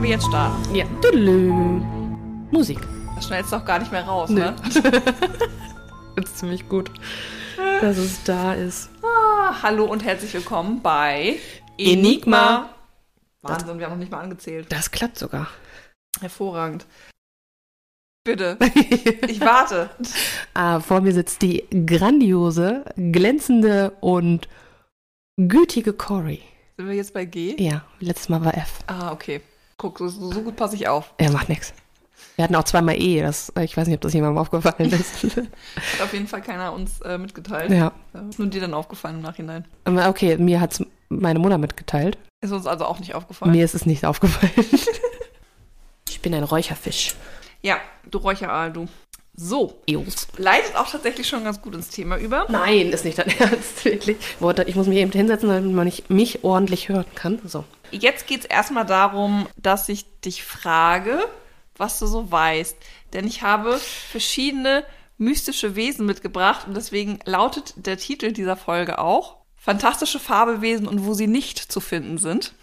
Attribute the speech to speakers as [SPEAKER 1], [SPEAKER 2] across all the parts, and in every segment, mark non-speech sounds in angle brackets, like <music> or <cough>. [SPEAKER 1] wir jetzt starten.
[SPEAKER 2] Ja. Tüdelü. Musik.
[SPEAKER 1] Das schnellst doch gar nicht mehr raus,
[SPEAKER 2] Nö.
[SPEAKER 1] ne? <laughs>
[SPEAKER 2] Das ist ziemlich gut, dass es da ist.
[SPEAKER 1] Ah, hallo und herzlich willkommen bei
[SPEAKER 2] Enigma.
[SPEAKER 1] Wahnsinn, wir haben noch nicht mal angezählt.
[SPEAKER 2] Das klappt sogar.
[SPEAKER 1] Hervorragend. Bitte, ich <laughs> warte.
[SPEAKER 2] <laughs> ah, vor mir sitzt die grandiose, glänzende und gütige Cory.
[SPEAKER 1] Sind wir jetzt bei G?
[SPEAKER 2] Ja, letztes Mal war F.
[SPEAKER 1] Ah, okay. Guck, so, so gut passe ich auf.
[SPEAKER 2] Er macht nichts. Wir hatten auch zweimal E. Das, ich weiß nicht, ob das jemandem aufgefallen <laughs> ist.
[SPEAKER 1] Hat auf jeden Fall keiner uns äh, mitgeteilt.
[SPEAKER 2] ja.
[SPEAKER 1] Äh, Ist nur dir dann aufgefallen im Nachhinein.
[SPEAKER 2] Okay, mir hat's meine Mutter mitgeteilt.
[SPEAKER 1] Ist uns also auch nicht aufgefallen.
[SPEAKER 2] Mir ist es nicht aufgefallen. ich bin ein Räucherfisch.
[SPEAKER 1] Ja, du Räucheraal, du. So,
[SPEAKER 2] Eos.
[SPEAKER 1] leitet auch tatsächlich schon ganz gut ins Thema über.
[SPEAKER 2] Nein, ist nicht dein <laughs> Ernst, wirklich. Warte, ich muss mich eben hinsetzen, damit man nicht, mich ordentlich hören kann. So.
[SPEAKER 1] Jetzt geht es erstmal darum, dass ich dich frage, was du so weißt. Denn ich habe verschiedene mystische Wesen mitgebracht und deswegen lautet der Titel dieser Folge auch Fantastische Fabelwesen und wo sie nicht zu finden sind.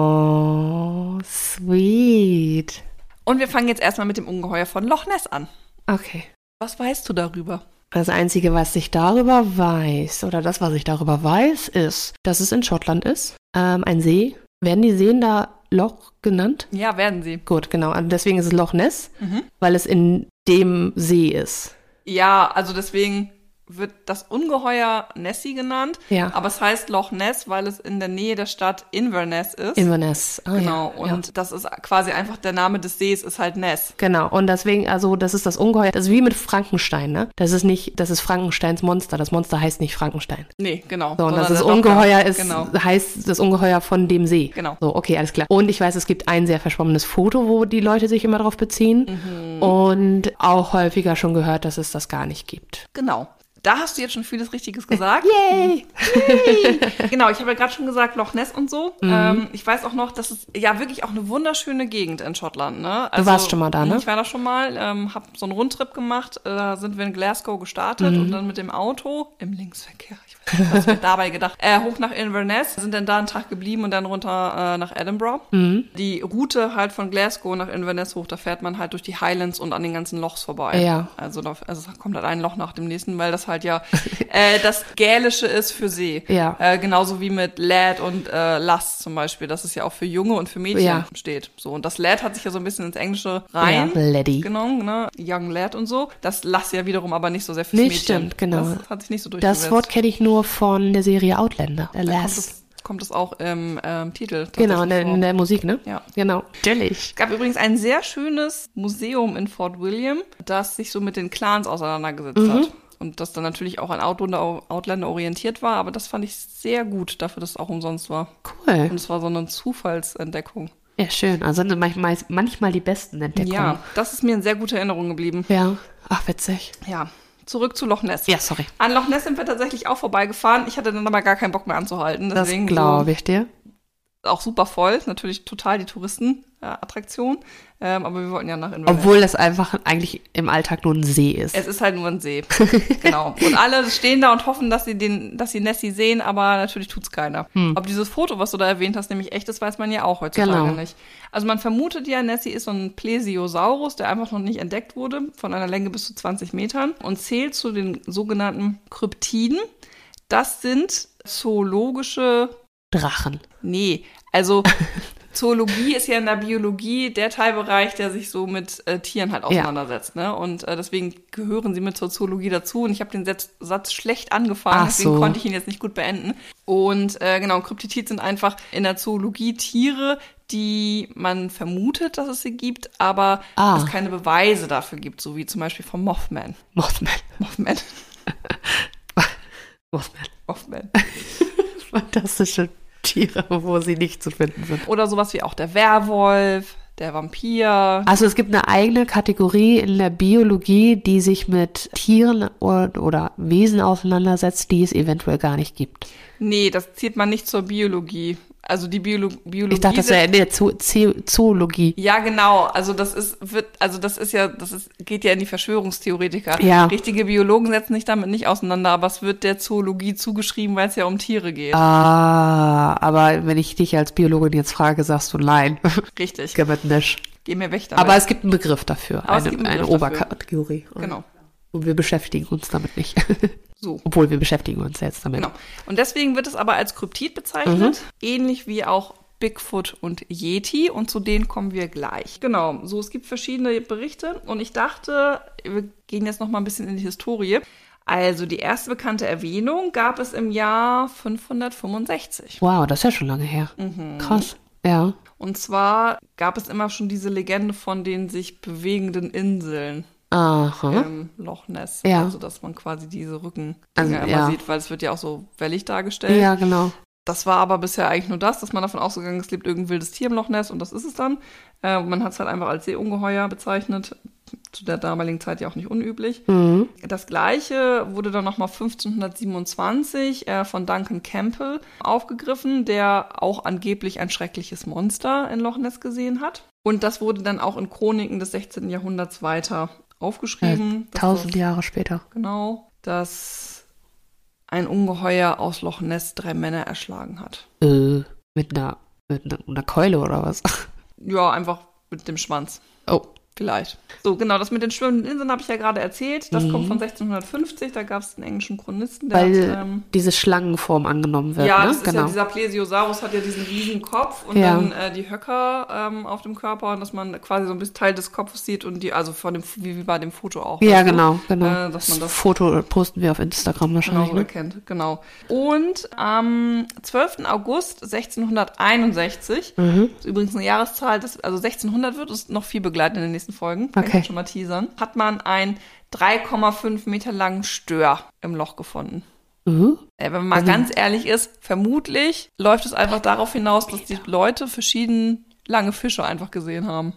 [SPEAKER 2] Oh, sweet.
[SPEAKER 1] Und wir fangen jetzt erstmal mit dem Ungeheuer von Loch Ness an.
[SPEAKER 2] Okay.
[SPEAKER 1] Was weißt du darüber?
[SPEAKER 2] Das Einzige, was ich darüber weiß, oder das, was ich darüber weiß, ist, dass es in Schottland ist. Ähm, ein See. Werden die Seen da Loch genannt?
[SPEAKER 1] Ja, werden sie.
[SPEAKER 2] Gut, genau. Und deswegen ist es Loch Ness,
[SPEAKER 1] Mhm.
[SPEAKER 2] weil es in dem See ist.
[SPEAKER 1] Ja, also deswegen wird das Ungeheuer Nessie genannt,
[SPEAKER 2] Ja.
[SPEAKER 1] aber es heißt Loch Ness, weil es in der Nähe der Stadt Inverness ist.
[SPEAKER 2] Inverness. Ah,
[SPEAKER 1] Genau,
[SPEAKER 2] ja.
[SPEAKER 1] und das ist quasi einfach der Name des Sees, ist halt Ness.
[SPEAKER 2] Genau, und deswegen, also das ist das Ungeheuer, das ist wie mit Frankenstein, ne? Das ist nicht, das ist Frankensteins Monster, das Monster heißt nicht Frankenstein.
[SPEAKER 1] Nee, genau.
[SPEAKER 2] So, und
[SPEAKER 1] Sondern
[SPEAKER 2] das ist
[SPEAKER 1] der Doktor.
[SPEAKER 2] Ungeheuer ist,
[SPEAKER 1] Genau.
[SPEAKER 2] heißt das Ungeheuer von dem See.
[SPEAKER 1] Genau.
[SPEAKER 2] So, okay, alles klar. Und ich weiß, es gibt ein sehr verschwommenes Foto, wo die Leute sich immer drauf beziehen
[SPEAKER 1] Mhm.
[SPEAKER 2] und auch häufiger schon gehört, dass es das gar nicht gibt.
[SPEAKER 1] genau. Da hast du jetzt schon vieles Richtiges gesagt.
[SPEAKER 2] <laughs> Yay!
[SPEAKER 1] <laughs>
[SPEAKER 2] Mhm.
[SPEAKER 1] genau, ich habe ja gerade schon gesagt, Loch Ness und so. Ähm, ich weiß auch noch, dass es ja wirklich auch eine wunderschöne Gegend in Schottland. Ne?
[SPEAKER 2] warst schon mal da, ne?
[SPEAKER 1] Ich war da schon mal, ähm, habe so einen Rundtrip gemacht. äh, Da sind wir in Glasgow gestartet
[SPEAKER 2] Mhm.
[SPEAKER 1] und dann mit dem Auto im Linksverkehr. Ich weiß nicht,
[SPEAKER 2] <laughs>
[SPEAKER 1] was wir dabei gedacht. Äh, hoch nach Inverness, sind dann da einen Tag geblieben und dann runter äh, nach Edinburgh.
[SPEAKER 2] Mhm.
[SPEAKER 1] Die Route halt von Glasgow nach Inverness hoch, da fährt man halt durch die Highlands und an den ganzen Lochs vorbei.
[SPEAKER 2] Ja.
[SPEAKER 1] Also, da, also da kommt halt ein Loch nach dem nächsten, weil das halt ja <laughs> äh, das Gälische ist für See.
[SPEAKER 2] Ja.
[SPEAKER 1] Äh, genauso wie mit Lad und äh, Lass zum Beispiel, dass es ja auch für Junge und für Mädchen
[SPEAKER 2] Ja.
[SPEAKER 1] steht. So, und das Lad hat sich ja so ein bisschen ins Englische rein.
[SPEAKER 2] Ja, Laddie.
[SPEAKER 1] Genommen, ne? Young Lad und so. Das Lass ja wiederum aber nicht so sehr fürs
[SPEAKER 2] Nee,
[SPEAKER 1] Mädchen.
[SPEAKER 2] stimmt, genau.
[SPEAKER 1] Das hat sich nicht so durchgesetzt.
[SPEAKER 2] Das Wort kenne ich nur von der Serie Outlander.
[SPEAKER 1] kommt
[SPEAKER 2] Alas.
[SPEAKER 1] es, kommt es auch im ähm, Titel.
[SPEAKER 2] Genau, in der,
[SPEAKER 1] tatsächlich vor.
[SPEAKER 2] in der Musik, ne?
[SPEAKER 1] Ja.
[SPEAKER 2] Genau. Natürlich.
[SPEAKER 1] Es gab übrigens ein sehr schönes Museum in Fort William, das sich so mit den Clans auseinandergesetzt
[SPEAKER 2] Mhm.
[SPEAKER 1] hat. Und das dann natürlich auch an Outlander, Outlander orientiert war, aber das fand ich sehr gut dafür, dass es auch umsonst war. Und
[SPEAKER 2] Cool.
[SPEAKER 1] es war so eine Zufallsentdeckung.
[SPEAKER 2] Ja, schön. Also sind manchmal, manchmal die besten Entdeckungen.
[SPEAKER 1] Ja, das ist mir in sehr guter Erinnerung geblieben.
[SPEAKER 2] Ja, ach witzig.
[SPEAKER 1] Ja, zurück zu Loch Ness.
[SPEAKER 2] Ja, sorry.
[SPEAKER 1] An Loch Ness sind wir tatsächlich auch vorbeigefahren. Ich hatte dann aber gar keinen Bock mehr anzuhalten.
[SPEAKER 2] Das
[SPEAKER 1] Deswegen
[SPEAKER 2] glaube ich dir.
[SPEAKER 1] so, auch super voll. Natürlich total die Touristenattraktion. Ähm, aber wir wollten ja nach Inverness.
[SPEAKER 2] Obwohl das einfach eigentlich im Alltag nur ein See ist.
[SPEAKER 1] Es ist halt nur ein
[SPEAKER 2] <laughs>
[SPEAKER 1] See. genau. Und alle stehen da und hoffen, dass sie den, dass sie Nessie sehen, aber natürlich tut's keiner. Ob dieses Foto, was du da erwähnt hast, nämlich echt ist, weiß man ja auch heutzutage
[SPEAKER 2] Hm. Genau.
[SPEAKER 1] nicht. Also man vermutet ja, Nessie ist so ein Plesiosaurus, der einfach noch nicht entdeckt wurde, von einer Länge bis zu 20 Metern und zählt zu den sogenannten Kryptiden. Das sind zoologische
[SPEAKER 2] Drachen.
[SPEAKER 1] Nee,
[SPEAKER 2] <laughs>
[SPEAKER 1] also Zoologie ist ja in der Biologie der Teilbereich, der sich so mit äh, Tieren halt auseinandersetzt. Ne? Und äh, deswegen gehören sie mit zur Zoologie dazu. Und ich habe den Satz, Satz schlecht angefangen,
[SPEAKER 2] Ach
[SPEAKER 1] deswegen
[SPEAKER 2] so.
[SPEAKER 1] konnte ich ihn jetzt nicht gut beenden. Und äh, genau, Kryptitid sind einfach in der Zoologie Tiere, die man vermutet, dass es sie gibt, aber
[SPEAKER 2] Ah.
[SPEAKER 1] es keine Beweise dafür gibt, so wie zum Beispiel vom Mothman. <laughs>
[SPEAKER 2] Mothman. <laughs>
[SPEAKER 1] Mothman.
[SPEAKER 2] Mothman.
[SPEAKER 1] Mothman.
[SPEAKER 2] Fantastische Tiere, wo sie nicht zu finden sind.
[SPEAKER 1] Oder sowas wie auch der Werwolf, der Vampir.
[SPEAKER 2] Also es gibt eine eigene Kategorie in der Biologie, die sich mit Tieren oder, oder Wesen auseinandersetzt, die es eventuell gar nicht gibt.
[SPEAKER 1] Nee, das zählt man nicht zur Biologie. Also die Biolo Biologie.
[SPEAKER 2] Ich dachte, das wäre in der Zoo Zoo- Zoologie.
[SPEAKER 1] Ja, genau. Also das ist wird, also das ist ja, das ist, geht ja in die Verschwörungstheoretiker.
[SPEAKER 2] Ja.
[SPEAKER 1] Richtige Biologen setzen sich damit nicht auseinander, aber es wird der Zoologie zugeschrieben, weil es ja um Tiere geht.
[SPEAKER 2] Ah, aber wenn ich dich als Biologin jetzt frage, sagst du nein. <laughs>
[SPEAKER 1] Richtig.
[SPEAKER 2] Gibt nicht.
[SPEAKER 1] Geh mir weg damit.
[SPEAKER 2] Aber es gibt einen Begriff dafür,
[SPEAKER 1] Aber es
[SPEAKER 2] eine,
[SPEAKER 1] gibt einen
[SPEAKER 2] eine
[SPEAKER 1] Begriff dafür.
[SPEAKER 2] Oberkategorie.
[SPEAKER 1] genau.
[SPEAKER 2] Und wir beschäftigen uns damit nicht. <laughs>
[SPEAKER 1] So.
[SPEAKER 2] Obwohl wir beschäftigen uns jetzt damit.
[SPEAKER 1] Genau. Und deswegen wird es aber als Kryptid bezeichnet,
[SPEAKER 2] Mhm.
[SPEAKER 1] ähnlich wie auch Bigfoot und Yeti und zu denen kommen wir gleich. Genau, so es gibt verschiedene Berichte und ich dachte, wir gehen jetzt noch mal ein bisschen in die Historie. Also die erste bekannte Erwähnung gab es im Jahr 565.
[SPEAKER 2] Wow, das ist ja schon lange her. Krass. Ja.
[SPEAKER 1] Mhm. Und zwar gab es immer schon diese Legende von den sich bewegenden Inseln
[SPEAKER 2] Aha.
[SPEAKER 1] im Loch Ness,
[SPEAKER 2] Mhm. Ja.
[SPEAKER 1] also dass man quasi diese Rücken
[SPEAKER 2] Also,
[SPEAKER 1] immer
[SPEAKER 2] ja.
[SPEAKER 1] sieht, weil es wird ja auch so wellig dargestellt.
[SPEAKER 2] Ja, genau.
[SPEAKER 1] Das war aber bisher eigentlich nur das, dass man davon ausgegangen ist, es lebt irgendein wildes Tier im Loch Ness und das ist es dann. Äh, man hat es halt einfach als Seeungeheuer bezeichnet. Zu der damaligen Zeit ja auch nicht unüblich.
[SPEAKER 2] Mhm.
[SPEAKER 1] Das gleiche wurde dann nochmal 1527 äh, von Duncan Campbell aufgegriffen, der auch angeblich ein schreckliches Monster in Loch Ness gesehen hat. Und das wurde dann auch in Chroniken des 16. Jahrhunderts weiter aufgeschrieben. dass das-
[SPEAKER 2] Tausend Jahre später.
[SPEAKER 1] Genau, dass ein Ungeheuer aus Loch Ness drei Männer erschlagen hat.
[SPEAKER 2] Äh, mit einer, mit einer, einer Keule oder was? <laughs>
[SPEAKER 1] Ja, einfach mit dem Schwanz.
[SPEAKER 2] Oh.
[SPEAKER 1] Vielleicht. So, genau, das mit den schwimmenden Inseln habe ich ja gerade erzählt. Das kommt von 1650, da gab es einen englischen Chronisten, der
[SPEAKER 2] Mhm. Weil
[SPEAKER 1] hat, ähm,
[SPEAKER 2] diese Schlangenform angenommen wird,
[SPEAKER 1] ja,
[SPEAKER 2] ne?
[SPEAKER 1] das ist
[SPEAKER 2] genau.
[SPEAKER 1] ja dieser Plesiosaurus hat ja diesen riesen Kopf und
[SPEAKER 2] Ja.
[SPEAKER 1] dann äh, die Höcker ähm, auf dem Körper und dass man quasi so ein bisschen Teil des Kopfes sieht und die, also von dem, wie, wie bei dem Foto auch.
[SPEAKER 2] ja,
[SPEAKER 1] weißt du?
[SPEAKER 2] genau, genau.
[SPEAKER 1] Äh, dass man das
[SPEAKER 2] Foto posten wir auf Instagram
[SPEAKER 1] genau
[SPEAKER 2] wahrscheinlich.
[SPEAKER 1] so erkennt, genau. Und am 12. August 1661,
[SPEAKER 2] Ne? Mhm.
[SPEAKER 1] ist übrigens eine Jahreszahl, das, also 1600 wird uns noch viel begleiten in den nächsten Folgen, kann ich
[SPEAKER 2] Okay.
[SPEAKER 1] jetzt schon mal teasern, hat man einen 3,5 Meter langen Stör im Loch gefunden.
[SPEAKER 2] Mhm.
[SPEAKER 1] Äh, Wenn man mal ganz ehrlich ist, vermutlich läuft es einfach darauf hinaus, dass die Leute verschieden lange Fische einfach gesehen haben.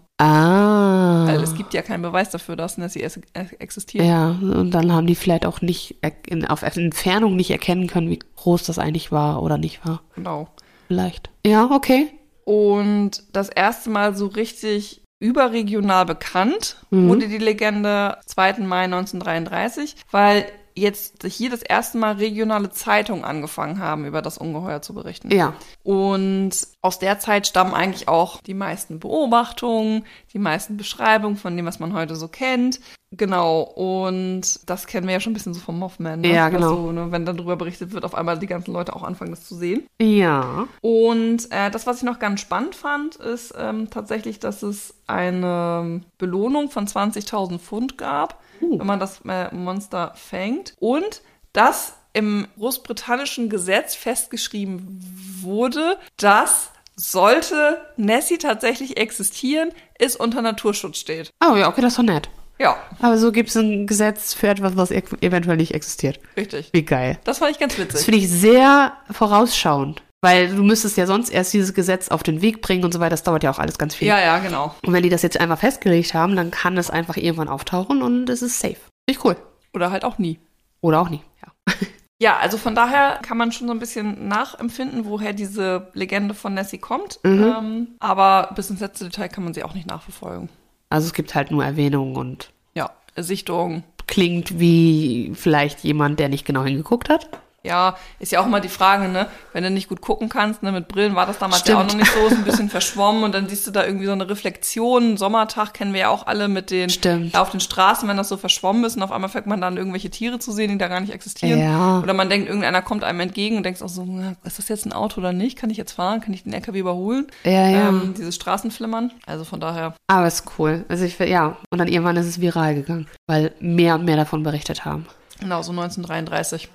[SPEAKER 2] Ah.
[SPEAKER 1] Weil es gibt ja keinen Beweis dafür, dass Nessie es- es existiert.
[SPEAKER 2] Ja, und dann haben die vielleicht auch nicht er- in, auf Entfernung nicht erkennen können, wie groß das eigentlich war oder nicht war.
[SPEAKER 1] Genau.
[SPEAKER 2] Vielleicht. Ja, okay.
[SPEAKER 1] Und das erste Mal so richtig überregional bekannt
[SPEAKER 2] Mhm.
[SPEAKER 1] wurde die Legende 2. Mai 1933, weil jetzt hier das erste Mal regionale Zeitungen angefangen haben, über das Ungeheuer zu berichten.
[SPEAKER 2] Ja.
[SPEAKER 1] Und aus der Zeit stammen eigentlich auch die meisten Beobachtungen, die meisten Beschreibungen von dem, was man heute so kennt. Genau, und das kennen wir ja schon ein bisschen so vom Mothman. Ne?
[SPEAKER 2] Ja,
[SPEAKER 1] Das
[SPEAKER 2] genau.
[SPEAKER 1] So, ne? Wenn dann darüber berichtet wird, auf einmal die ganzen Leute auch anfangen, das zu sehen.
[SPEAKER 2] Ja.
[SPEAKER 1] Und äh, das, was ich noch ganz spannend fand, ist ähm, tatsächlich, dass es eine Belohnung von 20.000 Pfund gab,
[SPEAKER 2] Uh.
[SPEAKER 1] wenn man das äh, Monster fängt. Und dass im großbritannischen Gesetz festgeschrieben wurde, dass sollte Nessie tatsächlich existieren, es unter Naturschutz steht.
[SPEAKER 2] Oh ja, okay, das ist doch nett.
[SPEAKER 1] Ja,
[SPEAKER 2] Aber so gibt es ein Gesetz für etwas, was ev- eventuell nicht existiert.
[SPEAKER 1] richtig.
[SPEAKER 2] Wie geil.
[SPEAKER 1] Das fand ich ganz
[SPEAKER 2] Das
[SPEAKER 1] witzig.
[SPEAKER 2] finde ich sehr vorausschauend. Weil du müsstest ja sonst erst dieses Gesetz auf den Weg bringen und so weiter. Das dauert ja auch alles ganz viel.
[SPEAKER 1] Ja, ja, genau.
[SPEAKER 2] Und wenn die das jetzt einfach festgelegt haben, dann kann es einfach irgendwann auftauchen und es ist safe. Finde ich cool.
[SPEAKER 1] Oder halt auch nie.
[SPEAKER 2] Oder auch nicht. Ja. <laughs>
[SPEAKER 1] Ja, also von daher kann man schon so ein bisschen nachempfinden, woher diese Legende von Nessie kommt.
[SPEAKER 2] Mhm.
[SPEAKER 1] Ähm, aber bis ins letzte Detail kann man sie auch nicht nachverfolgen.
[SPEAKER 2] Also es gibt halt nur Erwähnungen und
[SPEAKER 1] Ja, Sichtung.
[SPEAKER 2] klingt wie vielleicht jemand, der nicht genau hingeguckt hat.
[SPEAKER 1] Ja, ist ja auch mal die Frage, ne? Wenn du nicht gut gucken kannst, ne? Mit Brillen war das damals ja auch
[SPEAKER 2] Stimmt.
[SPEAKER 1] noch nicht so, ist
[SPEAKER 2] <laughs>
[SPEAKER 1] ein bisschen verschwommen und dann siehst du da irgendwie so eine Reflexion. Sommertag kennen wir ja auch alle mit den
[SPEAKER 2] Stimmt.
[SPEAKER 1] da auf den Straßen, wenn das so verschwommen ist und auf einmal fängt man dann irgendwelche Tiere zu sehen, die da gar nicht existieren.
[SPEAKER 2] Ja.
[SPEAKER 1] Oder man denkt, irgendeiner kommt einem entgegen und denkt auch so, na, ist das jetzt ein Auto oder nicht? Kann ich jetzt fahren? Kann ich den LKW überholen?
[SPEAKER 2] Ja, Ah ja.
[SPEAKER 1] Ähm, dieses Straßenflimmern. Also von daher,
[SPEAKER 2] Aber ist cool. Also ich, ja, und dann irgendwann ist es viral gegangen, weil mehr und mehr davon berichtet haben.
[SPEAKER 1] genau, so 1933.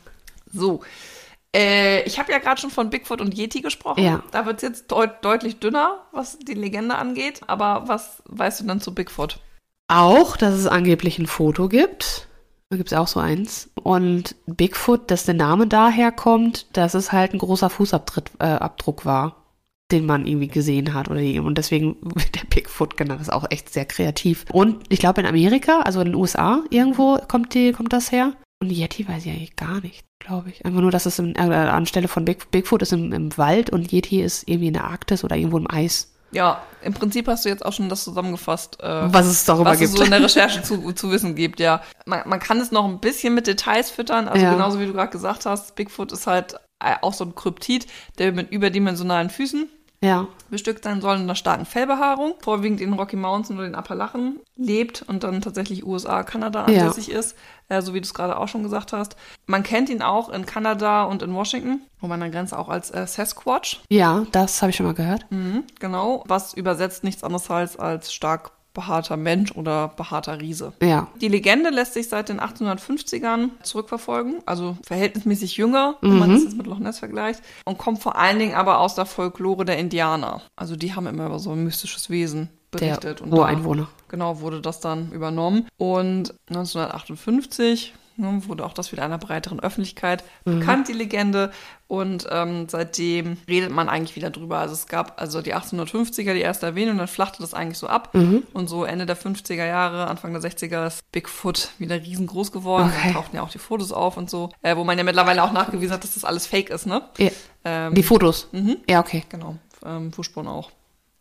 [SPEAKER 1] So. Äh, ich habe ja gerade schon von Bigfoot und Yeti gesprochen.
[SPEAKER 2] Ja.
[SPEAKER 1] Da wird es jetzt deut deutlich dünner, was die Legende angeht. Aber was weißt du dann zu Bigfoot?
[SPEAKER 2] Auch, dass es angeblich ein Foto gibt. Da gibt es auch so eins. Und Bigfoot, dass der Name daher kommt, dass es halt ein großer Fußabdruck äh, Abdruck war, den man irgendwie gesehen hat. Oder irgendwie. und deswegen wird der Bigfoot genannt. Ist auch echt sehr kreativ. Und ich glaube in Amerika, also in den USA irgendwo kommt, die, kommt das her. Und Yeti weiß ich eigentlich gar nicht, glaube ich. Einfach nur, dass es im, äh, anstelle von Big, Bigfoot ist im, im Wald und Yeti ist irgendwie in der Arktis oder irgendwo im Eis.
[SPEAKER 1] Ja, im Prinzip hast du jetzt auch schon das zusammengefasst, äh,
[SPEAKER 2] Was es darüber
[SPEAKER 1] was
[SPEAKER 2] gibt.
[SPEAKER 1] es so in der Recherche zu, zu wissen gibt, ja. Man, man kann es noch ein bisschen mit Details füttern, also
[SPEAKER 2] Ja.
[SPEAKER 1] genauso wie du gerade gesagt hast, Bigfoot ist halt äh, auch so ein Kryptid, der mit überdimensionalen Füßen
[SPEAKER 2] ja.
[SPEAKER 1] bestückt sein soll und einer starken Fellbehaarung, vorwiegend in den Rocky Mountains oder den Appalachen lebt und dann tatsächlich USA, Kanada
[SPEAKER 2] Ja.
[SPEAKER 1] ansässig ist, äh, so wie du es gerade auch schon gesagt hast. Man kennt ihn auch in Kanada und in Washington, wo man an der Grenze auch als äh, Sasquatch,
[SPEAKER 2] Ja, das habe ich schon mal gehört.
[SPEAKER 1] mhm, genau, was übersetzt nichts anderes heißt als stark behaarter Mensch oder behaarter Riese.
[SPEAKER 2] Ja.
[SPEAKER 1] Die Legende lässt sich seit den 1850ern zurückverfolgen, also verhältnismäßig jünger, wenn man das jetzt mit Loch Ness vergleicht, und kommt vor allen Dingen aber aus der Folklore der Indianer. Also die haben immer über so ein mystisches Wesen
[SPEAKER 2] Der
[SPEAKER 1] berichtet. und da,
[SPEAKER 2] Ureinwohner.
[SPEAKER 1] genau wurde das dann übernommen. Und 1958 ne, wurde auch das wieder einer breiteren Öffentlichkeit
[SPEAKER 2] Mhm.
[SPEAKER 1] bekannt, die Legende. Und ähm, seitdem redet man eigentlich wieder drüber. Also es gab also die 1850er, die erste Erwähnung, dann flachte das eigentlich so ab.
[SPEAKER 2] Mhm.
[SPEAKER 1] Und so Ende der 50er Jahre, Anfang der 60er ist Bigfoot wieder riesengroß geworden.
[SPEAKER 2] Okay.
[SPEAKER 1] Dann tauchten ja auch die Fotos auf und so. Äh, wo man ja mittlerweile auch nachgewiesen hat, dass das alles fake ist, ne?
[SPEAKER 2] Ja.
[SPEAKER 1] Ähm,
[SPEAKER 2] Die Fotos. Ja, okay.
[SPEAKER 1] genau, ähm, Fußspuren auch.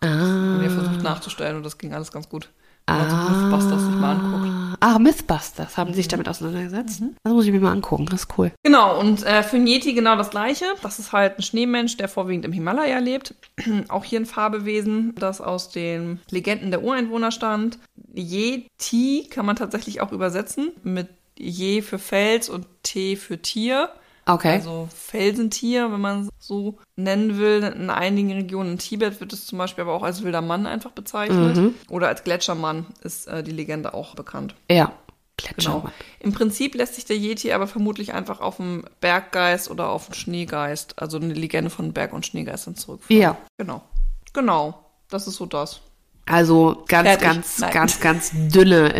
[SPEAKER 1] Haben wir
[SPEAKER 2] Ah.
[SPEAKER 1] versucht nachzustellen und das ging alles ganz gut. Wenn man so Mythbusters sich mal anguckt.
[SPEAKER 2] Ah, ah, Mythbusters haben sich damit auseinandergesetzt.
[SPEAKER 1] Mhm.
[SPEAKER 2] Das muss ich mir mal angucken, das ist cool.
[SPEAKER 1] Genau, und äh, für einen Yeti genau das gleiche. Das ist halt ein Schneemensch, der vorwiegend im Himalaya lebt. <clears throat> Auch hier ein Fabelwesen, das aus den Legenden der Ureinwohner stammt. Yeti kann man tatsächlich auch übersetzen mit Je für Fels und T für Tier.
[SPEAKER 2] Okay.
[SPEAKER 1] Also Felsentier, wenn man es so nennen will. In einigen Regionen in Tibet wird es zum Beispiel aber auch als wilder Mann einfach bezeichnet. Oder als Gletschermann ist äh, die Legende auch bekannt.
[SPEAKER 2] ja.
[SPEAKER 1] Genau.
[SPEAKER 2] Gletschermann.
[SPEAKER 1] Im Prinzip lässt sich der Yeti aber vermutlich einfach auf einen Berggeist oder auf einen Schneegeist, also eine Legende von Berg- und Schneegeistern zurückführen.
[SPEAKER 2] Ja.
[SPEAKER 1] Genau. Genau. Das ist so das.
[SPEAKER 2] Also ganz,
[SPEAKER 1] Fertig.
[SPEAKER 2] ganz,
[SPEAKER 1] Nein.
[SPEAKER 2] ganz, ganz dünne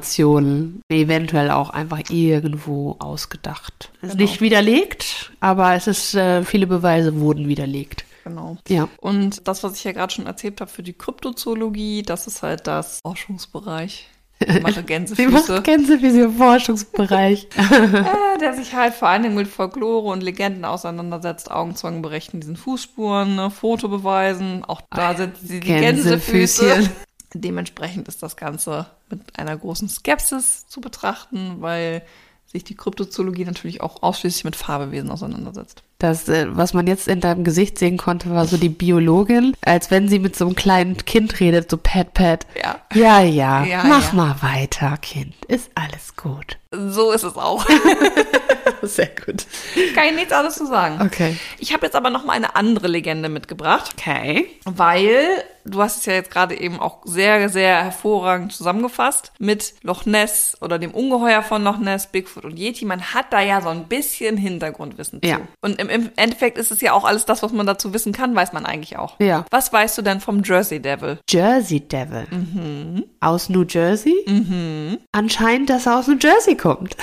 [SPEAKER 2] Informationen. Eventuell auch einfach irgendwo ausgedacht. Ist
[SPEAKER 1] Genau.
[SPEAKER 2] nicht widerlegt, aber es ist, äh, viele Beweise wurden widerlegt.
[SPEAKER 1] Genau.
[SPEAKER 2] Ja.
[SPEAKER 1] Und das, was ich ja gerade schon erzählt habe für die Kryptozoologie, das ist halt das Forschungsbereich. Ich mache
[SPEAKER 2] Sie
[SPEAKER 1] Gänsefüße.
[SPEAKER 2] macht Gänsefüße im Forschungsbereich.
[SPEAKER 1] Äh, der sich halt vor allen Dingen mit Folklore und Legenden auseinandersetzt, Augenzeugen berechnen diesen Fußspuren, ne, Fotobeweisen, auch da sind die Gänsefüße.
[SPEAKER 2] Gänsefüßchen.
[SPEAKER 1] Dementsprechend ist das Ganze mit einer großen Skepsis zu betrachten, weil sich die Kryptozoologie natürlich auch ausschließlich mit Fabelwesen auseinandersetzt.
[SPEAKER 2] Das, äh, was man jetzt in deinem Gesicht sehen konnte, war so die Biologin, als wenn sie mit so einem kleinen Kind redet, so Pat Pat.
[SPEAKER 1] Ja.
[SPEAKER 2] Ja, ja,
[SPEAKER 1] Ja,
[SPEAKER 2] mach
[SPEAKER 1] ja.
[SPEAKER 2] mal weiter, Kind. Ist alles gut.
[SPEAKER 1] So ist es auch. <laughs>
[SPEAKER 2] Sehr gut.
[SPEAKER 1] Kann ich nichts anderes zu sagen.
[SPEAKER 2] Okay.
[SPEAKER 1] Ich habe jetzt aber noch mal eine andere Legende mitgebracht.
[SPEAKER 2] Okay.
[SPEAKER 1] Weil du hast es ja jetzt gerade eben auch sehr, sehr hervorragend zusammengefasst mit Loch Ness oder dem Ungeheuer von Loch Ness, Bigfoot und Yeti. Man hat da ja so ein bisschen Hintergrundwissen zu.
[SPEAKER 2] Ja.
[SPEAKER 1] Und im, im Endeffekt ist es ja auch alles das, was man dazu wissen kann, weiß man eigentlich auch.
[SPEAKER 2] Ja.
[SPEAKER 1] Was weißt du denn vom Jersey Devil?
[SPEAKER 2] Jersey Devil. Mhm. Aus New Jersey? Mhm. Anscheinend, dass er aus New Jersey <laughs> kommt.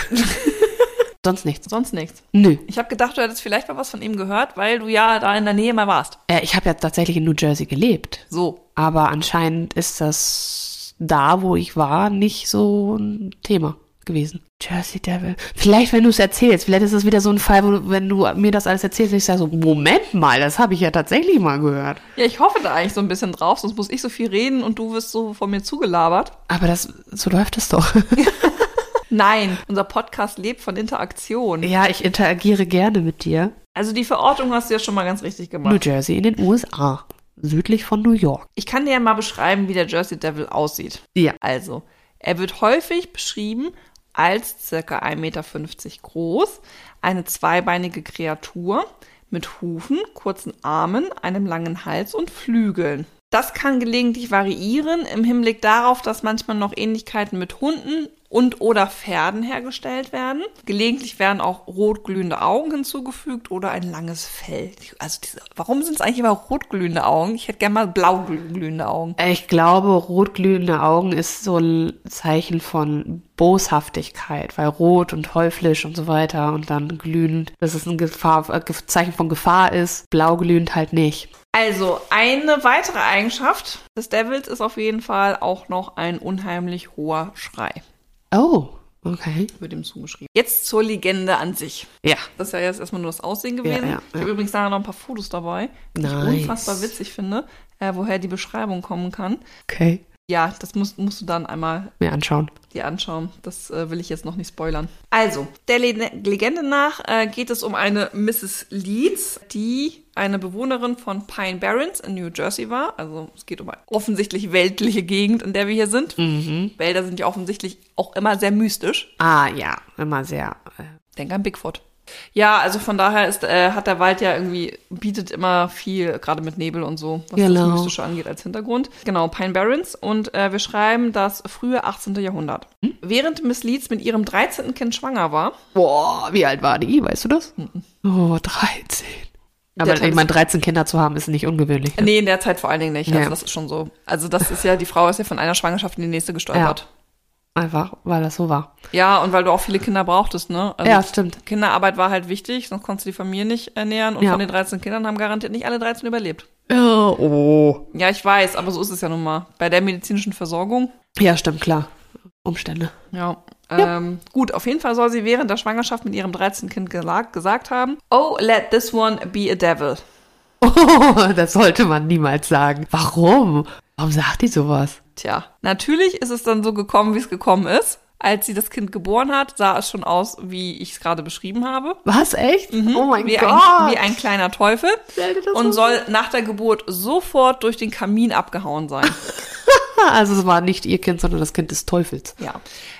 [SPEAKER 2] Sonst nichts.
[SPEAKER 1] Sonst nichts.
[SPEAKER 2] Nö.
[SPEAKER 1] Ich habe gedacht, du hättest vielleicht mal was von ihm gehört, weil du ja da in der Nähe mal warst.
[SPEAKER 2] Äh, ich habe ja tatsächlich in New Jersey gelebt.
[SPEAKER 1] So.
[SPEAKER 2] Aber anscheinend ist das da, wo ich war, nicht so ein Thema gewesen. Jersey Devil. Vielleicht, wenn du es erzählst, vielleicht ist es wieder so ein Fall, wo du, wenn du mir das alles erzählst, ich sage so, Moment mal, das habe ich ja tatsächlich mal gehört.
[SPEAKER 1] Ja, ich hoffe da eigentlich so ein bisschen drauf, sonst muss ich so viel reden und du wirst so von mir zugelabert.
[SPEAKER 2] Aber das, so läuft es doch.
[SPEAKER 1] Nein, unser Podcast lebt von Interaktion.
[SPEAKER 2] <laughs> ja, ich interagiere gerne mit dir.
[SPEAKER 1] Also die Verortung hast du ja schon mal ganz richtig
[SPEAKER 2] New
[SPEAKER 1] gemacht.
[SPEAKER 2] Jersey in den USA. Südlich von New York.
[SPEAKER 1] Ich kann dir ja mal beschreiben, wie der Jersey Devil aussieht.
[SPEAKER 2] Ja.
[SPEAKER 1] Also, er wird häufig beschrieben als circa 1,50 Meter groß, eine zweibeinige Kreatur mit Hufen, kurzen Armen, einem langen Hals und Flügeln. Das kann gelegentlich variieren im Hinblick darauf, dass manchmal noch Ähnlichkeiten mit Hunden und oder Pferden hergestellt werden. Gelegentlich werden auch rotglühende Augen hinzugefügt oder ein langes Fell. Also diese, warum sind es eigentlich immer rotglühende Augen? Ich hätte gerne mal blauglühende Augen.
[SPEAKER 2] Ich glaube, rotglühende Augen ist so ein Zeichen von Boshaftigkeit, weil rot und teuflisch und so weiter und dann glühend, dass es ein Gefahr, äh, Ge- Zeichen von Gefahr ist, blau glühend halt nicht.
[SPEAKER 1] Also, eine weitere Eigenschaft des Devils ist auf jeden Fall auch noch ein unheimlich hoher Schrei.
[SPEAKER 2] Oh, Okay.
[SPEAKER 1] wird ihm zugeschrieben. Jetzt zur Legende an sich.
[SPEAKER 2] Ja.
[SPEAKER 1] Das ist ja jetzt erstmal nur das Aussehen
[SPEAKER 2] ja,
[SPEAKER 1] gewesen.
[SPEAKER 2] ja.
[SPEAKER 1] Ich habe übrigens nachher noch ein paar Fotos dabei, die
[SPEAKER 2] Nice.
[SPEAKER 1] ich unfassbar witzig finde, äh, woher die Beschreibung kommen kann.
[SPEAKER 2] Okay.
[SPEAKER 1] Ja, das musst, musst du dann einmal
[SPEAKER 2] Mir anschauen.
[SPEAKER 1] dir anschauen. Das äh, will ich jetzt noch nicht spoilern. Also, der Le Legende nach äh, geht es um eine Mrs. Leeds, die eine Bewohnerin von Pine Barrens in New Jersey war. Also es geht um eine offensichtlich weltliche Gegend, in der wir hier sind. Wälder sind ja offensichtlich auch immer sehr mystisch.
[SPEAKER 2] Ah, ja. Immer sehr. Äh,
[SPEAKER 1] Denk an Bigfoot. Ja, also von daher ist, äh, hat der Wald ja irgendwie, bietet immer viel, gerade mit Nebel und so, was
[SPEAKER 2] Genau.
[SPEAKER 1] das Mystische angeht als Hintergrund. Genau, Pine Barrens. Und äh, wir schreiben das frühe 18. Jahrhundert.
[SPEAKER 2] Hm?
[SPEAKER 1] Während Miss Leeds mit ihrem 13. Kind schwanger war,
[SPEAKER 2] boah, wie alt war die? Weißt du das? Oh, 13.
[SPEAKER 1] Mhm.
[SPEAKER 2] Aber
[SPEAKER 1] Der Tag
[SPEAKER 2] ich meine, 13 Kinder zu haben, ist nicht ungewöhnlich. Ne?
[SPEAKER 1] Nee, in der Zeit vor allen Dingen nicht.
[SPEAKER 2] Ja.
[SPEAKER 1] Also das ist schon so. Also das ist ja, die Frau ist ja von einer Schwangerschaft in die nächste gestolpert.
[SPEAKER 2] Einfach, weil das so war.
[SPEAKER 1] Ja, und weil du auch viele Kinder brauchtest, ne? Also
[SPEAKER 2] Ja, stimmt.
[SPEAKER 1] Kinderarbeit war halt wichtig, sonst konntest du die Familie nicht ernähren. Und
[SPEAKER 2] Ja.
[SPEAKER 1] von den 13 Kindern haben garantiert nicht alle 13 überlebt.
[SPEAKER 2] Oh.
[SPEAKER 1] Ja, ich weiß, aber so ist es ja nun mal. Bei der medizinischen Versorgung.
[SPEAKER 2] Ja, stimmt, klar. Umstände.
[SPEAKER 1] Ja. Ähm, gut, auf jeden Fall soll sie während der Schwangerschaft mit ihrem 13. Kind gelag- gesagt haben, oh, let this one be a devil.
[SPEAKER 2] Oh, <laughs> das sollte man niemals sagen. Warum? Warum sagt die sowas?
[SPEAKER 1] Tja, natürlich ist es dann so gekommen, wie es gekommen ist. Als sie das Kind geboren hat, sah es schon aus, wie ich es gerade beschrieben habe.
[SPEAKER 2] Was, echt? Oh mein
[SPEAKER 1] Mhm. wie
[SPEAKER 2] Gott.
[SPEAKER 1] Ein, wie ein kleiner Teufel.
[SPEAKER 2] Stell dir das mal
[SPEAKER 1] Und soll nach der Geburt sofort durch den Kamin abgehauen sein.
[SPEAKER 2] also es war nicht ihr Kind, sondern das Kind des Teufels.
[SPEAKER 1] Ja.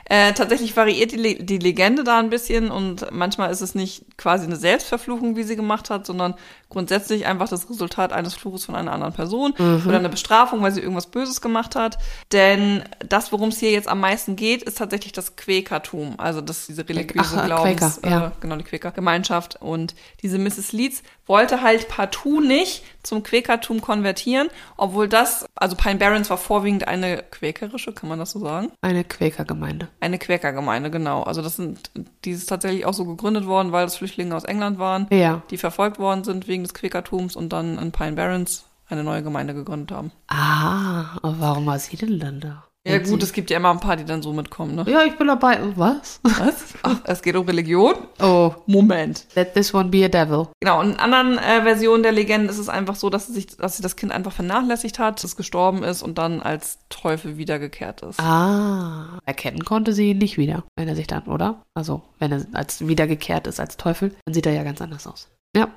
[SPEAKER 1] Äh, tatsächlich variiert die, Le die Legende da ein bisschen und manchmal ist es nicht quasi eine Selbstverfluchung, wie sie gemacht hat, sondern grundsätzlich einfach das Resultat eines Fluches von einer anderen Person
[SPEAKER 2] Mhm.
[SPEAKER 1] oder eine Bestrafung, weil sie irgendwas Böses gemacht hat. Denn das, worum es hier jetzt am meisten geht, ist tatsächlich das Quäkertum. Also das diese religiöse
[SPEAKER 2] Ach, äh,
[SPEAKER 1] Glaubens,
[SPEAKER 2] Quäker, ja.
[SPEAKER 1] äh, genau die Quäkergemeinschaft und diese Mrs. Leeds wollte halt partout nicht zum Quäkertum konvertieren, obwohl das, also Pine Barrens war vorwiegend eine quäkerische, kann man das so sagen?
[SPEAKER 2] Eine Quäkergemeinde.
[SPEAKER 1] Eine Quäkergemeinde, genau. Also das sind, die ist tatsächlich auch so gegründet worden, weil das Flüchtlinge aus England waren,
[SPEAKER 2] Ja.
[SPEAKER 1] die verfolgt worden sind wegen des Quäkertums und dann in Pine Barrens eine neue Gemeinde gegründet haben.
[SPEAKER 2] Ah, aber warum war sie denn dann da?
[SPEAKER 1] Ja gut, es gibt ja immer ein paar, die dann so mitkommen, ne?
[SPEAKER 2] Ja, ich bin dabei.
[SPEAKER 1] <laughs>
[SPEAKER 2] Was?
[SPEAKER 1] Was? Ach, es geht um Religion?
[SPEAKER 2] Oh,
[SPEAKER 1] Moment.
[SPEAKER 2] let this one be a devil.
[SPEAKER 1] Genau, und in anderen äh, Versionen der Legende ist es einfach so, dass sie, sich, dass sie das Kind einfach vernachlässigt hat, es gestorben ist und dann als Teufel wiedergekehrt ist.
[SPEAKER 2] Ah, erkennen konnte sie ihn nicht wieder, wenn er sich dann, oder? Also, wenn er als wiedergekehrt ist als Teufel, dann sieht er ja ganz anders aus. Ja.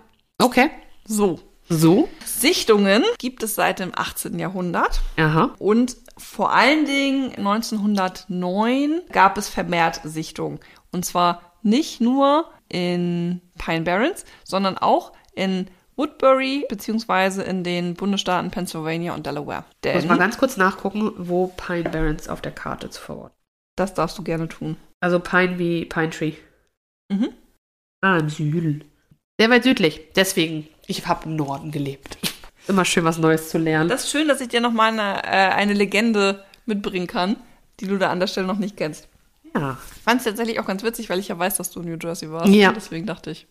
[SPEAKER 2] Okay.
[SPEAKER 1] So.
[SPEAKER 2] So?
[SPEAKER 1] Sichtungen gibt es seit dem 18. Jahrhundert.
[SPEAKER 2] Aha.
[SPEAKER 1] Und vor allen Dingen 1909 gab es vermehrt Sichtungen. Und zwar nicht nur in Pine Barrens, sondern auch in Woodbury beziehungsweise in den Bundesstaaten Pennsylvania und Delaware.
[SPEAKER 2] Ich muss mal
[SPEAKER 1] Denn,
[SPEAKER 2] ganz kurz nachgucken, wo Pine Barrens auf der Karte zu verorten.
[SPEAKER 1] das darfst du gerne tun.
[SPEAKER 2] Also Pine wie Pine Tree.
[SPEAKER 1] Mhm.
[SPEAKER 2] Ah, im Süden. Sehr weit südlich. Deswegen, ich habe im Norden gelebt. <laughs> Immer schön was Neues zu lernen.
[SPEAKER 1] Das ist schön, dass ich dir nochmal eine, äh, eine Legende mitbringen kann, die du da an der Stelle noch nicht kennst.
[SPEAKER 2] ja.
[SPEAKER 1] Fand es tatsächlich auch ganz witzig, weil ich ja weiß, dass du in New Jersey warst.
[SPEAKER 2] Ja.
[SPEAKER 1] Deswegen dachte ich,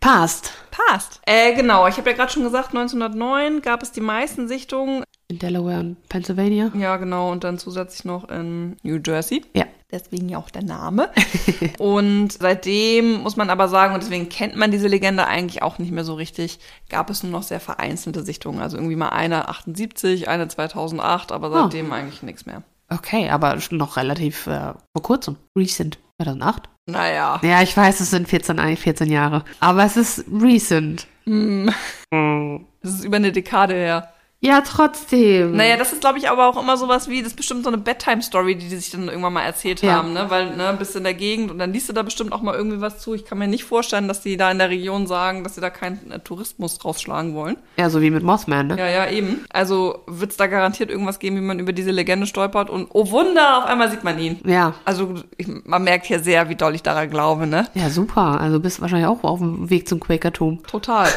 [SPEAKER 2] Passt.
[SPEAKER 1] passt. Äh, genau, ich habe ja gerade schon gesagt, 1909 gab es die meisten Sichtungen
[SPEAKER 2] In Delaware und Pennsylvania.
[SPEAKER 1] Ja, genau. Und dann zusätzlich noch in New Jersey.
[SPEAKER 2] Ja.
[SPEAKER 1] Deswegen ja auch der Name. <laughs> und seitdem muss man aber sagen, und deswegen kennt man diese Legende eigentlich auch nicht mehr so richtig, gab es nur noch sehr vereinzelte Sichtungen. Also irgendwie mal eine 78, eine 2008, aber
[SPEAKER 2] Ah.
[SPEAKER 1] seitdem eigentlich nichts mehr.
[SPEAKER 2] Okay, aber schon noch relativ äh, vor kurzem. Recent. 2008.
[SPEAKER 1] Naja,
[SPEAKER 2] Ja, ich weiß, es sind 14, eigentlich 14 Jahre. Aber es ist recent.
[SPEAKER 1] das ist über eine Dekade her.
[SPEAKER 2] Ja, trotzdem.
[SPEAKER 1] Naja, das ist, glaube ich, aber auch immer sowas wie, das ist bestimmt so eine Bedtime-Story, die die sich dann irgendwann mal erzählt
[SPEAKER 2] Ja.
[SPEAKER 1] haben, ne? Weil, ne, bist in der Gegend und dann liest du da bestimmt auch mal irgendwie was zu. Ich kann mir nicht vorstellen, dass die da in der Region sagen, dass sie da keinen äh, Tourismus rausschlagen wollen.
[SPEAKER 2] Ja, so wie mit Mothman, ne?
[SPEAKER 1] Ja, ja, eben. Also wird's da garantiert irgendwas geben, wie man über diese Legende stolpert und oh Wunder, auf einmal sieht man ihn.
[SPEAKER 2] Ja.
[SPEAKER 1] Also ich, man merkt hier sehr, wie doll ich daran glaube, ne?
[SPEAKER 2] Ja, super. Also bist wahrscheinlich auch auf dem Weg zum Quäkertum.
[SPEAKER 1] Total.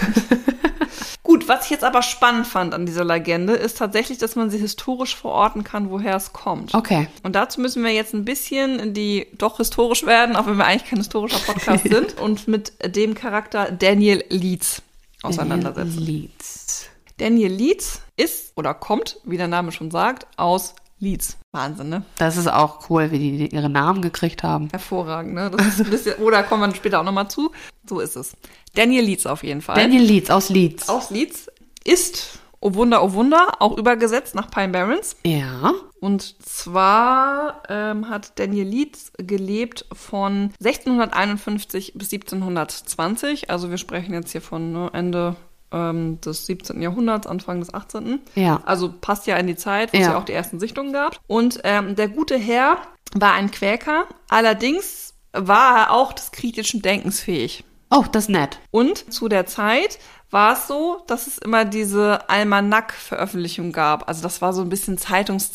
[SPEAKER 1] Gut, was ich jetzt aber spannend fand an dieser Legende, ist tatsächlich, dass man sie historisch verorten kann, woher es kommt.
[SPEAKER 2] Okay.
[SPEAKER 1] Und dazu müssen wir jetzt ein bisschen in die doch historisch werden, auch wenn wir eigentlich kein historischer
[SPEAKER 2] <laughs>
[SPEAKER 1] Podcast sind, und mit dem Charakter Daniel Leeds auseinandersetzen.
[SPEAKER 2] Leeds.
[SPEAKER 1] Daniel Leeds ist oder kommt, wie der Name schon sagt, aus Leeds. Wahnsinn, ne?
[SPEAKER 2] Das ist auch cool, wie die ihre Namen gekriegt haben.
[SPEAKER 1] Hervorragend, ne? Das ist ein
[SPEAKER 2] <laughs>
[SPEAKER 1] bisschen, oder kommen wir später auch nochmal zu. So ist es. Daniel Leeds auf jeden Fall.
[SPEAKER 2] Daniel Leeds aus Leeds.
[SPEAKER 1] aus Leeds ist, oh Wunder, oh Wunder, auch übergesetzt nach Pine Barrens.
[SPEAKER 2] Ja.
[SPEAKER 1] Und zwar ähm, hat Daniel Leeds gelebt von 1651 bis 1720. Also wir sprechen jetzt hier von ne, Ende ähm, des 17. Jahrhunderts, Anfang des 18.
[SPEAKER 2] Ja.
[SPEAKER 1] Also passt ja in die Zeit, wo es
[SPEAKER 2] Ja.
[SPEAKER 1] ja auch die ersten Sichtungen gab. Und ähm, der gute Herr war ein Quäker. Allerdings war er auch des kritischen Denkens fähig.
[SPEAKER 2] Oh, das ist nett.
[SPEAKER 1] Und zu der Zeit war es so, dass es immer diese Almanack-Veröffentlichung gab. Also das war so ein bisschen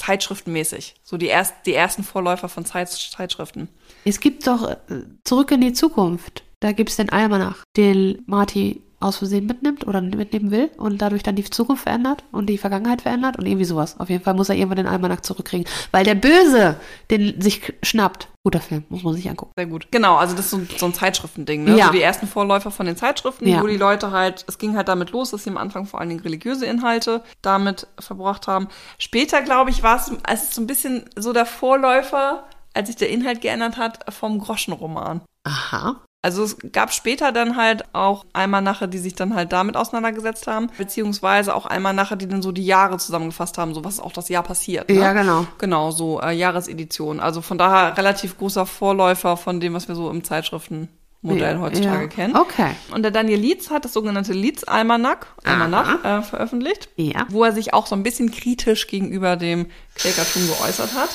[SPEAKER 1] Zeitungszeitschriftenmäßig. So die, erst, die ersten Vorläufer von Zeit, Zeitschriften.
[SPEAKER 2] Es gibt doch äh, Zurück in die Zukunft. Da gibt es den Almanach, den Marty aus Versehen mitnimmt oder mitnehmen will und dadurch dann die Zukunft verändert und die Vergangenheit verändert und irgendwie sowas. Auf jeden Fall muss er irgendwann den Almanach zurückkriegen, weil der Böse den sich k- schnappt. Guter Film, muss man sich angucken.
[SPEAKER 1] Sehr gut. Genau, also das ist so, ein- so ein Zeitschriftending. Ne?
[SPEAKER 2] Ja.
[SPEAKER 1] So die ersten Vorläufer von den Zeitschriften,
[SPEAKER 2] Ja.
[SPEAKER 1] wo die Leute halt, es ging halt damit los, dass sie am Anfang vor allen Dingen religiöse Inhalte damit verbracht haben. Später, glaube ich, war es, es ist so ein bisschen so der Vorläufer, als sich der Inhalt geändert hat, vom Groschenroman.
[SPEAKER 2] Aha.
[SPEAKER 1] Also es gab später dann halt auch Almanache, die sich dann halt damit auseinandergesetzt haben, beziehungsweise auch Almanache, die dann so die Jahre zusammengefasst haben, so was auch das Jahr passiert. Ne?
[SPEAKER 2] Ja, genau.
[SPEAKER 1] Genau, so äh, Jahresedition. Also von daher relativ großer Vorläufer von dem, was wir so im Zeitschriftenmodell
[SPEAKER 2] Ja,
[SPEAKER 1] heutzutage
[SPEAKER 2] ja.
[SPEAKER 1] kennen.
[SPEAKER 2] Okay.
[SPEAKER 1] Und der Daniel Lietz hat das sogenannte Lietz-Almanach Almanach, äh, veröffentlicht,
[SPEAKER 2] Ja.
[SPEAKER 1] wo er sich auch so ein bisschen kritisch gegenüber dem Quäkertum geäußert hat.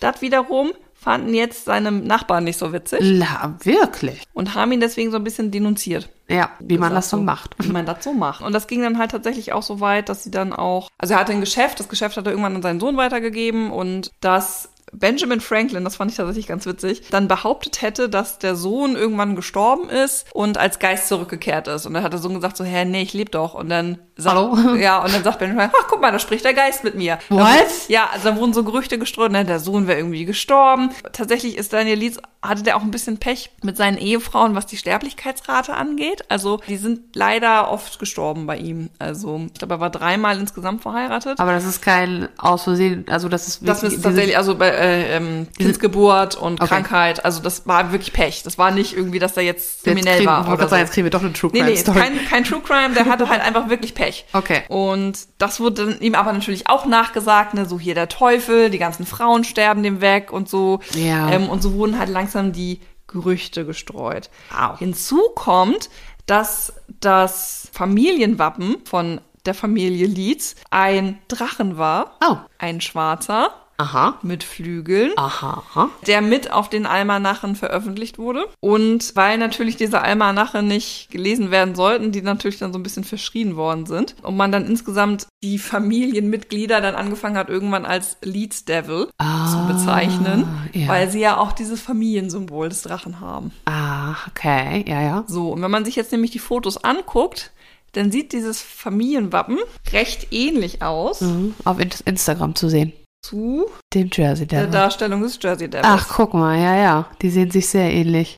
[SPEAKER 1] Das wiederum fanden jetzt seine Nachbarn nicht so witzig
[SPEAKER 2] La, wirklich.
[SPEAKER 1] und haben ihn deswegen so ein bisschen denunziert.
[SPEAKER 2] Ja, wie man
[SPEAKER 1] gesagt,
[SPEAKER 2] das so macht.
[SPEAKER 1] Wie man das so macht. Und das ging dann halt tatsächlich auch so weit, dass sie dann auch, also er hatte ein Geschäft, das Geschäft hat er irgendwann an seinen Sohn weitergegeben und dass Benjamin Franklin, das fand ich tatsächlich ganz witzig, dann behauptet hätte, dass der Sohn irgendwann gestorben ist und als Geist zurückgekehrt ist. Und dann hat der Sohn gesagt so, hä, nee, ich lebe doch. Und dann sagt,
[SPEAKER 2] Hallo?
[SPEAKER 1] ja, und dann sagt Benjamin, ach, guck mal, da spricht der Geist mit mir.
[SPEAKER 2] What?
[SPEAKER 1] Ja, also dann wurden so Gerüchte gestreut, ne, der Sohn wäre irgendwie gestorben. Tatsächlich ist Daniel Lietz, hatte der auch ein bisschen Pech mit seinen Ehefrauen, was die Sterblichkeitsrate angeht. Also die sind leider oft gestorben bei ihm. Also ich glaube, er war dreimal insgesamt verheiratet.
[SPEAKER 2] Aber das ist kein aus Versehen, also das ist
[SPEAKER 1] das
[SPEAKER 2] wirklich
[SPEAKER 1] ist
[SPEAKER 2] diese-
[SPEAKER 1] tatsächlich, also bei äh, ähm, Kindsgeburt und
[SPEAKER 2] Okay.
[SPEAKER 1] Krankheit, also das war wirklich Pech. Das war nicht irgendwie, dass er jetzt
[SPEAKER 2] jetzt
[SPEAKER 1] kriminell
[SPEAKER 2] kriegen,
[SPEAKER 1] war.
[SPEAKER 2] wollte
[SPEAKER 1] Oder
[SPEAKER 2] gerade
[SPEAKER 1] so.
[SPEAKER 2] sagen, jetzt kriegen wir doch eine True
[SPEAKER 1] Nee,
[SPEAKER 2] Crime
[SPEAKER 1] nee,
[SPEAKER 2] Story.
[SPEAKER 1] kein, kein True Crime, der hatte
[SPEAKER 2] <laughs>
[SPEAKER 1] halt einfach wirklich Pech.
[SPEAKER 2] Okay.
[SPEAKER 1] Und das wurde dann ihm aber natürlich auch nachgesagt, ne, so hier der Teufel, die ganzen Frauen sterben dem weg und so.
[SPEAKER 2] Ja.
[SPEAKER 1] Ähm, und so wurden halt langsam die Gerüchte gestreut.
[SPEAKER 2] Wow.
[SPEAKER 1] Hinzu kommt, dass das Familienwappen von der Familie Leeds ein Drachen war,
[SPEAKER 2] Oh.
[SPEAKER 1] ein schwarzer
[SPEAKER 2] Aha.
[SPEAKER 1] mit Flügeln
[SPEAKER 2] Aha.
[SPEAKER 1] der mit auf den Almanachen veröffentlicht wurde. Und weil natürlich diese Almanache nicht gelesen werden sollten, die natürlich dann so ein bisschen verschrien worden sind und man dann insgesamt die Familienmitglieder dann angefangen hat, irgendwann als Leeds Devil
[SPEAKER 2] Ah,
[SPEAKER 1] zu bezeichnen,
[SPEAKER 2] ja.
[SPEAKER 1] weil sie ja auch dieses Familiensymbol des Drachen haben.
[SPEAKER 2] Ah, okay. Ja, ja.
[SPEAKER 1] So, und wenn man sich jetzt nämlich die Fotos anguckt, dann sieht dieses Familienwappen recht ähnlich aus
[SPEAKER 2] Mhm. Auf In- Instagram zu sehen.
[SPEAKER 1] zu
[SPEAKER 2] Dem Jersey
[SPEAKER 1] der
[SPEAKER 2] Devil.
[SPEAKER 1] Darstellung des Jersey Devils.
[SPEAKER 2] Ach, guck mal. Ja, ja. Die sehen sich sehr ähnlich.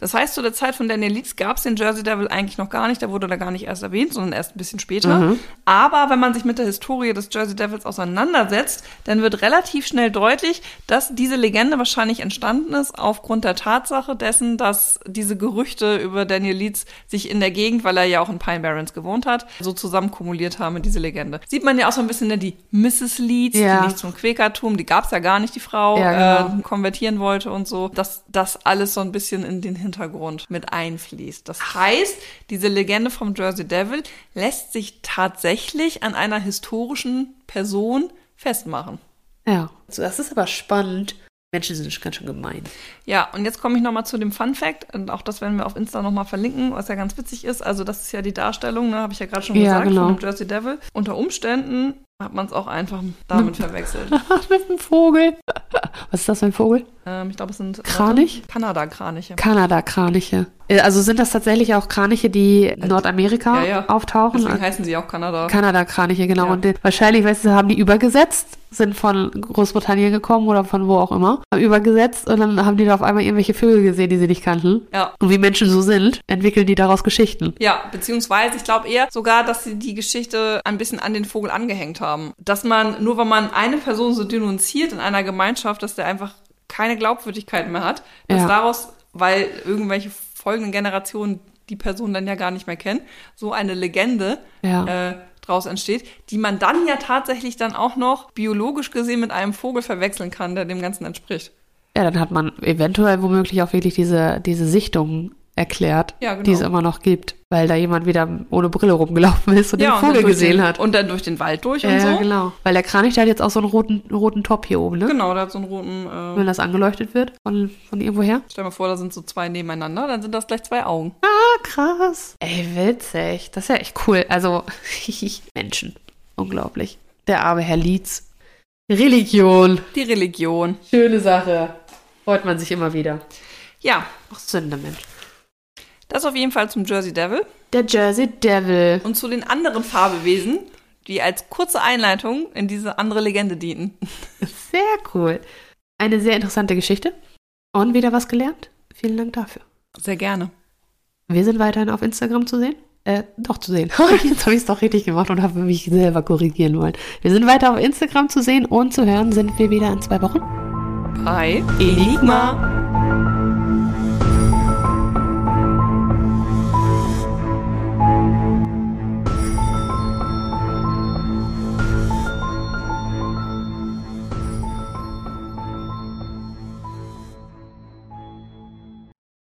[SPEAKER 1] Das heißt, zu der Zeit von Daniel Leeds gab es den Jersey Devil eigentlich noch gar nicht. Der wurde da gar nicht erst erwähnt, sondern erst ein bisschen später. Aber wenn man sich mit der Historie des Jersey Devils auseinandersetzt, dann wird relativ schnell deutlich, dass diese Legende wahrscheinlich entstanden ist aufgrund der Tatsache dessen, dass diese Gerüchte über Daniel Leeds sich in der Gegend, weil er ja auch in Pine Barrens gewohnt hat, so zusammen kumuliert haben, diese Legende. Sieht man ja auch so ein bisschen ne, die Mrs. Leeds,
[SPEAKER 2] Ja.
[SPEAKER 1] die nicht zum Quäkertum, die gab es ja gar nicht, die Frau.
[SPEAKER 2] Ja,
[SPEAKER 1] äh,
[SPEAKER 2] genau.
[SPEAKER 1] konvertieren wollte und so, dass das alles so ein bisschen in den Hintergrund mit einfließt. Das heißt, diese Legende vom Jersey Devil lässt sich tatsächlich an einer historischen Person festmachen.
[SPEAKER 2] Ja. So, das ist aber spannend. Menschen sind ganz schön gemein.
[SPEAKER 1] Ja, und jetzt komme ich nochmal zu dem Fun Fact, und auch das werden wir auf Insta nochmal verlinken, was ja ganz witzig ist. Also, das ist ja die Darstellung, ne, habe ich ja gerade schon
[SPEAKER 2] Ja,
[SPEAKER 1] gesagt,
[SPEAKER 2] genau.
[SPEAKER 1] von dem Jersey Devil. Unter Umständen hat man es auch einfach
[SPEAKER 2] <laughs>
[SPEAKER 1] damit verwechselt.
[SPEAKER 2] Mit einem Vogel. <laughs> Was ist das für ein Vogel?
[SPEAKER 1] ähm, ich glaube, es sind
[SPEAKER 2] Kranich?
[SPEAKER 1] Kanada-Kraniche.
[SPEAKER 2] Kanada-Kraniche. Äh, Also sind das tatsächlich auch Kraniche, die in Nordamerika
[SPEAKER 1] ja, Also ja.
[SPEAKER 2] auftauchen?
[SPEAKER 1] Deswegen heißen sie auch Kanada.
[SPEAKER 2] Kanada-Kraniche, genau.
[SPEAKER 1] Ja.
[SPEAKER 2] Und den, wahrscheinlich, weißt du, haben die übergesetzt, sind von Großbritannien gekommen oder von wo auch immer, haben übergesetzt und dann haben die da auf einmal irgendwelche Vögel gesehen, die sie nicht kannten.
[SPEAKER 1] Ja.
[SPEAKER 2] Und wie Menschen so sind, entwickeln die daraus Geschichten.
[SPEAKER 1] Ja, beziehungsweise ich glaube eher sogar, dass sie die Geschichte ein bisschen an den Vogel angehängt haben. Dass man, nur wenn man eine Person so denunziert in einer Gemeinschaft, dass der einfach keine Glaubwürdigkeit mehr hat, dass
[SPEAKER 2] Ja.
[SPEAKER 1] daraus, weil irgendwelche folgenden Generationen die Person dann ja gar nicht mehr kennen, so eine Legende
[SPEAKER 2] Ja.
[SPEAKER 1] äh, draus entsteht, die man dann ja tatsächlich dann auch noch biologisch gesehen mit einem Vogel verwechseln kann, der dem Ganzen entspricht.
[SPEAKER 2] Ja, dann hat man eventuell womöglich auch wirklich diese, diese Sichtung erklärt,
[SPEAKER 1] Ja, genau.
[SPEAKER 2] die es immer noch gibt, weil da jemand wieder ohne Brille rumgelaufen ist und den
[SPEAKER 1] und dann
[SPEAKER 2] Vogel
[SPEAKER 1] durch
[SPEAKER 2] gesehen
[SPEAKER 1] den,
[SPEAKER 2] hat.
[SPEAKER 1] Und dann durch den Wald durch
[SPEAKER 2] ja,
[SPEAKER 1] und so.
[SPEAKER 2] ja, genau. Weil der Kranich, der hat jetzt auch so einen roten, roten Top hier oben, ne?
[SPEAKER 1] Genau, der hat so einen roten. Äh,
[SPEAKER 2] Wenn das angeleuchtet wird von, von irgendwoher.
[SPEAKER 1] stell mal vor, da sind so zwei nebeneinander, dann sind das gleich zwei Augen.
[SPEAKER 2] Ah, krass. Ey, witzig. Das ist ja echt cool. Also, <laughs> Menschen. Unglaublich. Der arme Herr Lietz. Religion.
[SPEAKER 1] Die Religion.
[SPEAKER 2] Schöne Sache. Freut man sich immer wieder.
[SPEAKER 1] Ja,
[SPEAKER 2] Ach, Sünde, Mensch.
[SPEAKER 1] das auf jeden Fall zum Jersey Devil.
[SPEAKER 2] Der Jersey Devil.
[SPEAKER 1] Und zu den anderen Fabelwesen, die als kurze Einleitung in diese andere Legende dienten.
[SPEAKER 2] Sehr cool. Eine sehr interessante Geschichte. Und wieder was gelernt. Vielen Dank dafür.
[SPEAKER 1] Sehr gerne.
[SPEAKER 2] Wir sind weiterhin auf Instagram zu sehen. Äh, doch zu sehen. <laughs> Jetzt habe ich es doch richtig gemacht und habe mich selber korrigieren wollen. Wir sind weiter auf Instagram zu sehen und zu hören. Sind wir wieder in zwei Wochen?
[SPEAKER 1] Bei
[SPEAKER 2] Enigma.